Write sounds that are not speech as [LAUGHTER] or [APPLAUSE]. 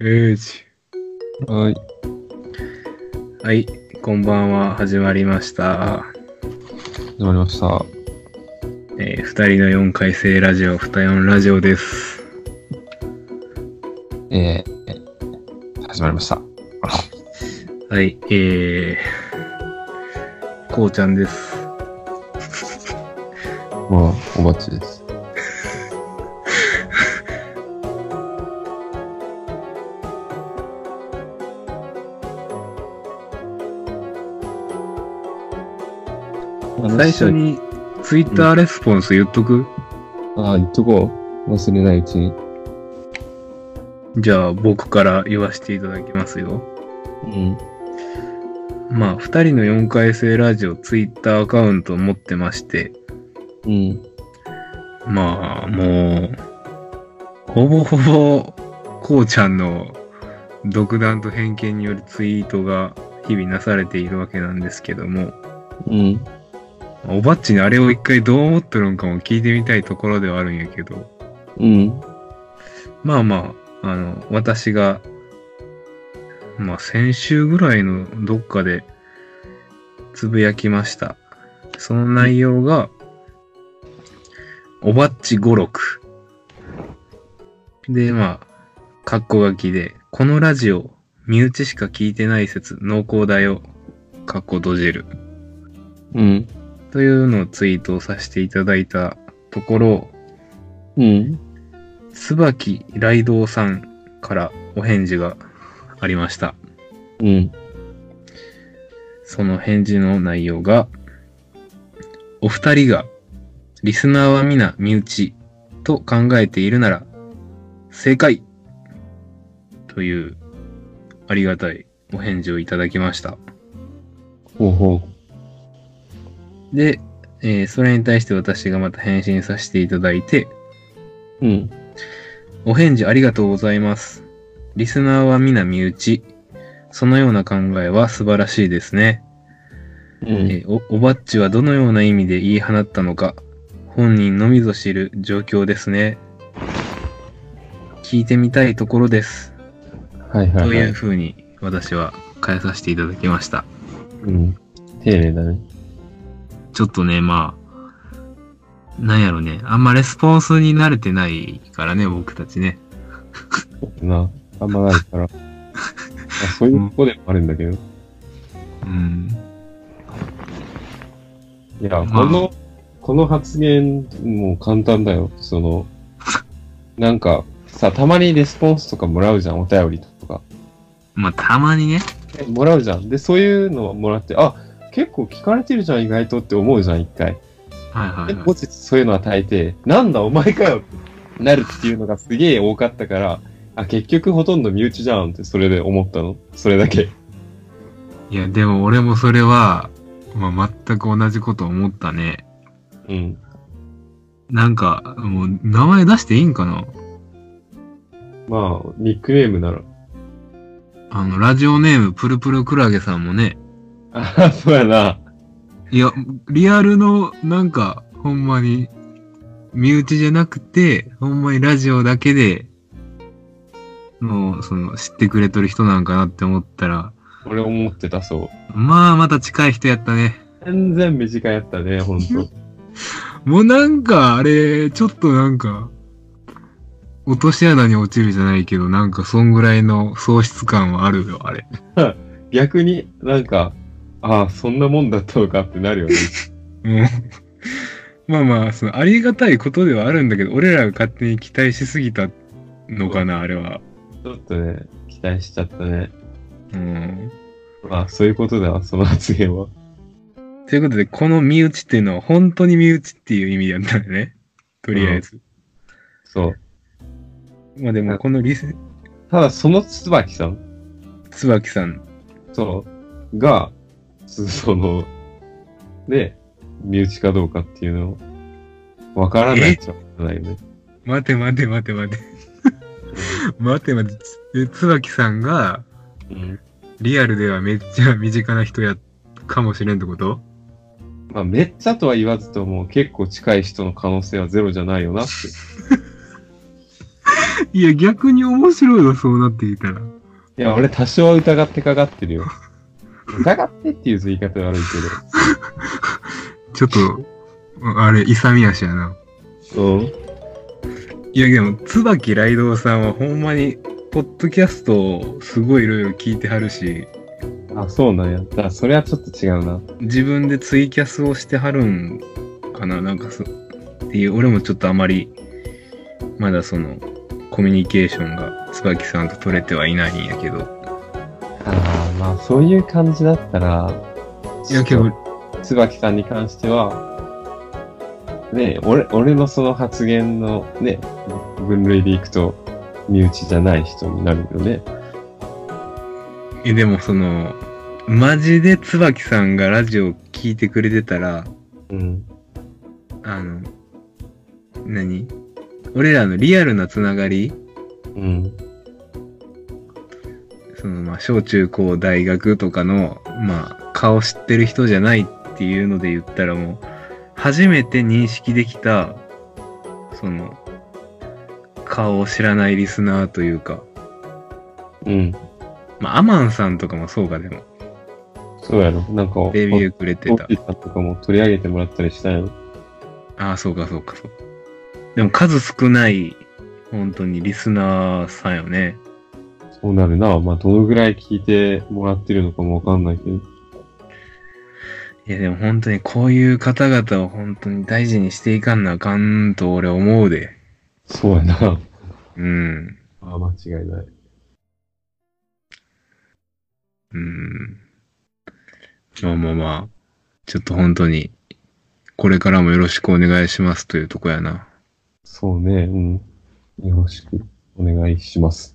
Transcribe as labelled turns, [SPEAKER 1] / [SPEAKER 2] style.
[SPEAKER 1] うーじ
[SPEAKER 2] はい。
[SPEAKER 1] はい、こんばんは、始まりました。
[SPEAKER 2] 始まりました。は
[SPEAKER 1] えー、二人の四回生ラジオ、二四ラジオです。
[SPEAKER 2] えー、始まりました。
[SPEAKER 1] はい、えー、こうちゃんです。
[SPEAKER 2] もう、おばっちです。
[SPEAKER 1] 最初。に、ツイッターレスポンス言っとく、
[SPEAKER 2] ああ、言っとこう。忘れないうちに。
[SPEAKER 1] じゃあ、僕から言わせていただきますよ。
[SPEAKER 2] うん。
[SPEAKER 1] まあ、二人の四回生ラジオ、ツイッターアカウントを持ってまして、
[SPEAKER 2] うん。
[SPEAKER 1] まあ、もう、ほぼほぼ、こうちゃんの独断と偏見によるツイートが日々なされているわけなんですけども、
[SPEAKER 2] うん。
[SPEAKER 1] おばっちにあれを一回どう思ってるのかも聞いてみたいところではあるんやけど、
[SPEAKER 2] うん。
[SPEAKER 1] まあまあ、あの、私が、まあ先週ぐらいのどっかでつぶやきました。その内容が、おばっち語録。で、まあ、括弧書きで、このラジオ、身内しか聞いてない説、濃厚だよ。括弧閉じる。
[SPEAKER 2] うん。
[SPEAKER 1] というのをツイートをさせていただいたところ、
[SPEAKER 2] うん。
[SPEAKER 1] 椿雷道さんからお返事がありました。
[SPEAKER 2] うん。
[SPEAKER 1] その返事の内容が、お二人が、リスナーは皆身内と考えているなら、正解という、ありがたいお返事をいただきました。
[SPEAKER 2] ほうほう。
[SPEAKER 1] で、えーそれに対して私がまた返信させていただいて、
[SPEAKER 2] うん。
[SPEAKER 1] お返事ありがとうございます。リスナーは皆身内。そのような考えは素晴らしいですね。
[SPEAKER 2] うん。
[SPEAKER 1] えーおおばっちはどのような意味で言い放ったのか、本人のみぞ知る状況ですね。聞いてみたいところです。
[SPEAKER 2] はいはい
[SPEAKER 1] と
[SPEAKER 2] はいい。
[SPEAKER 1] うふうに私は変えさせていただきました。
[SPEAKER 2] うん。丁寧だね。
[SPEAKER 1] ちょっとね、まあ、なんやろね、あんまレスポンスに慣れてないからね、僕たちね。
[SPEAKER 2] な、あんまないから。あそういうとこでもあるんだけど。い
[SPEAKER 1] うん。
[SPEAKER 2] や、
[SPEAKER 1] まあ
[SPEAKER 2] この、この発言、もう簡単だよ。その、なんか、さ、たまにレスポンスとかもらうじゃん、お便りとか。
[SPEAKER 1] まあ、たまにね。
[SPEAKER 2] でもらうじゃん。で、そういうのをもらって、あ、結構聞かれてるじゃん、意外とって思うじゃん、一回。
[SPEAKER 1] はいはい、は
[SPEAKER 2] で、
[SPEAKER 1] い。
[SPEAKER 2] 後日そういうの与えて、なんだ、お前かよってなるっていうのがすげえ多かったから、あ、結局ほとんど身内じゃんって、それで思ったの。それだけ。
[SPEAKER 1] いや、でも俺もそれは、まあ、全く同じこと思ったね。
[SPEAKER 2] うん。
[SPEAKER 1] なんか、もう、名前出していいんかな
[SPEAKER 2] まあ、ニックネームなら。
[SPEAKER 1] あの、ラジオネーム、プルプルクラゲさんもね、
[SPEAKER 2] あ、そうやな。
[SPEAKER 1] いや、リアルの、なんか、ほんまに、身内じゃなくて、ほんまにラジオだけで、もう、その、知ってくれとる人なんかなって思ったら、
[SPEAKER 2] 俺思ってた、そう。
[SPEAKER 1] まあ、また近い人やったね。
[SPEAKER 2] 全然短いやったね、ほん [LAUGHS] と。
[SPEAKER 1] もうなんか、あれ、ちょっとなんか、落とし穴に落ちるじゃないけど、なんか、そんぐらいの喪失感はあるよ、あれ。
[SPEAKER 2] 逆になんか、ああ、そんなもんだったのかってなるよね。
[SPEAKER 1] うん [LAUGHS] まあまあ、その、ありがたいことではあるんだけど、俺らが勝手に期待しすぎたのかな、あれは。
[SPEAKER 2] ちょっとね、期待しちゃったね。
[SPEAKER 1] うん。
[SPEAKER 2] まあ、そういうことだわ、その発言は。
[SPEAKER 1] ということで、この身内っていうのは、本当に身内っていう意味だったんだね。とりあえず。
[SPEAKER 2] そう。
[SPEAKER 1] まあでも、このリス、
[SPEAKER 2] ただ、その椿さん、
[SPEAKER 1] 椿さん。
[SPEAKER 2] そう、が、すその、ね、身内かどうかっていうのを、わからないじゃわからないよね。
[SPEAKER 1] 待て待て待て待て。 [LAUGHS] 待て待て。つ椿さんが、
[SPEAKER 2] うん。
[SPEAKER 1] リアルではめっちゃ身近な人や、かもしれんってこと
[SPEAKER 2] まあ、めっちゃとは言わずとも、結構近い人の可能性はゼロじゃないよなって。
[SPEAKER 1] いや、逆に面白いよ、そうなっていたら。
[SPEAKER 2] いや、俺多少は疑ってかかってるよ。疑ってっていう言い方悪い
[SPEAKER 1] ちょっと、あれ、勇み足やな。
[SPEAKER 2] けど。うん。
[SPEAKER 1] いや、でも、椿雷道さんはほんまに、ポッドキャストをすごいいろいろ聞いてはるし、
[SPEAKER 2] あ、そうなんや。だからそれはちょっと違うな。
[SPEAKER 1] 自分でツイキャスをしてはるんかな、なんかそ、っていう、俺もちょっとあまり、まだその、コミュニケーションが椿さんと取れてはいないんやけど。
[SPEAKER 2] ああ、まあそういう感じだったら、
[SPEAKER 1] いや、けど、
[SPEAKER 2] 椿さんに関しては、ね俺、俺のその発言のね、分類でいくと、身内じゃない人になるよね。
[SPEAKER 1] えでもその、マジで椿さんがラジオ聞いてくれてたら、
[SPEAKER 2] うん。
[SPEAKER 1] あの、何俺らのリアルなつながり
[SPEAKER 2] うん。
[SPEAKER 1] そのまあ小中高大学とかのまあ顔知ってる人じゃないっていうので言ったらもう初めて認識できたその顔を知らないリスナーというか
[SPEAKER 2] うん。
[SPEAKER 1] まあアマンさんとかもそうかでも
[SPEAKER 2] そうやろ。なんか、
[SPEAKER 1] デビューくれて
[SPEAKER 2] お
[SPEAKER 1] た
[SPEAKER 2] 父さんとかも取り上げてもらったりしたよ。
[SPEAKER 1] ああそうかそうかそうでも数少ない本当にリスナーさんよね
[SPEAKER 2] そうなるな。まあ、どのぐらい聞いてもらってるのかもわかんないけど。
[SPEAKER 1] いやでも本当にこういう方々を本当に大事にしていかんなあかんと俺思うで
[SPEAKER 2] そうやな。 [LAUGHS]
[SPEAKER 1] うん
[SPEAKER 2] ああ、間違いない。
[SPEAKER 1] うん。まあまあまあ、ちょっと本当に、これからもよろしくお願いしますというとこやな。
[SPEAKER 2] そうね。うん。よろしくお願いします。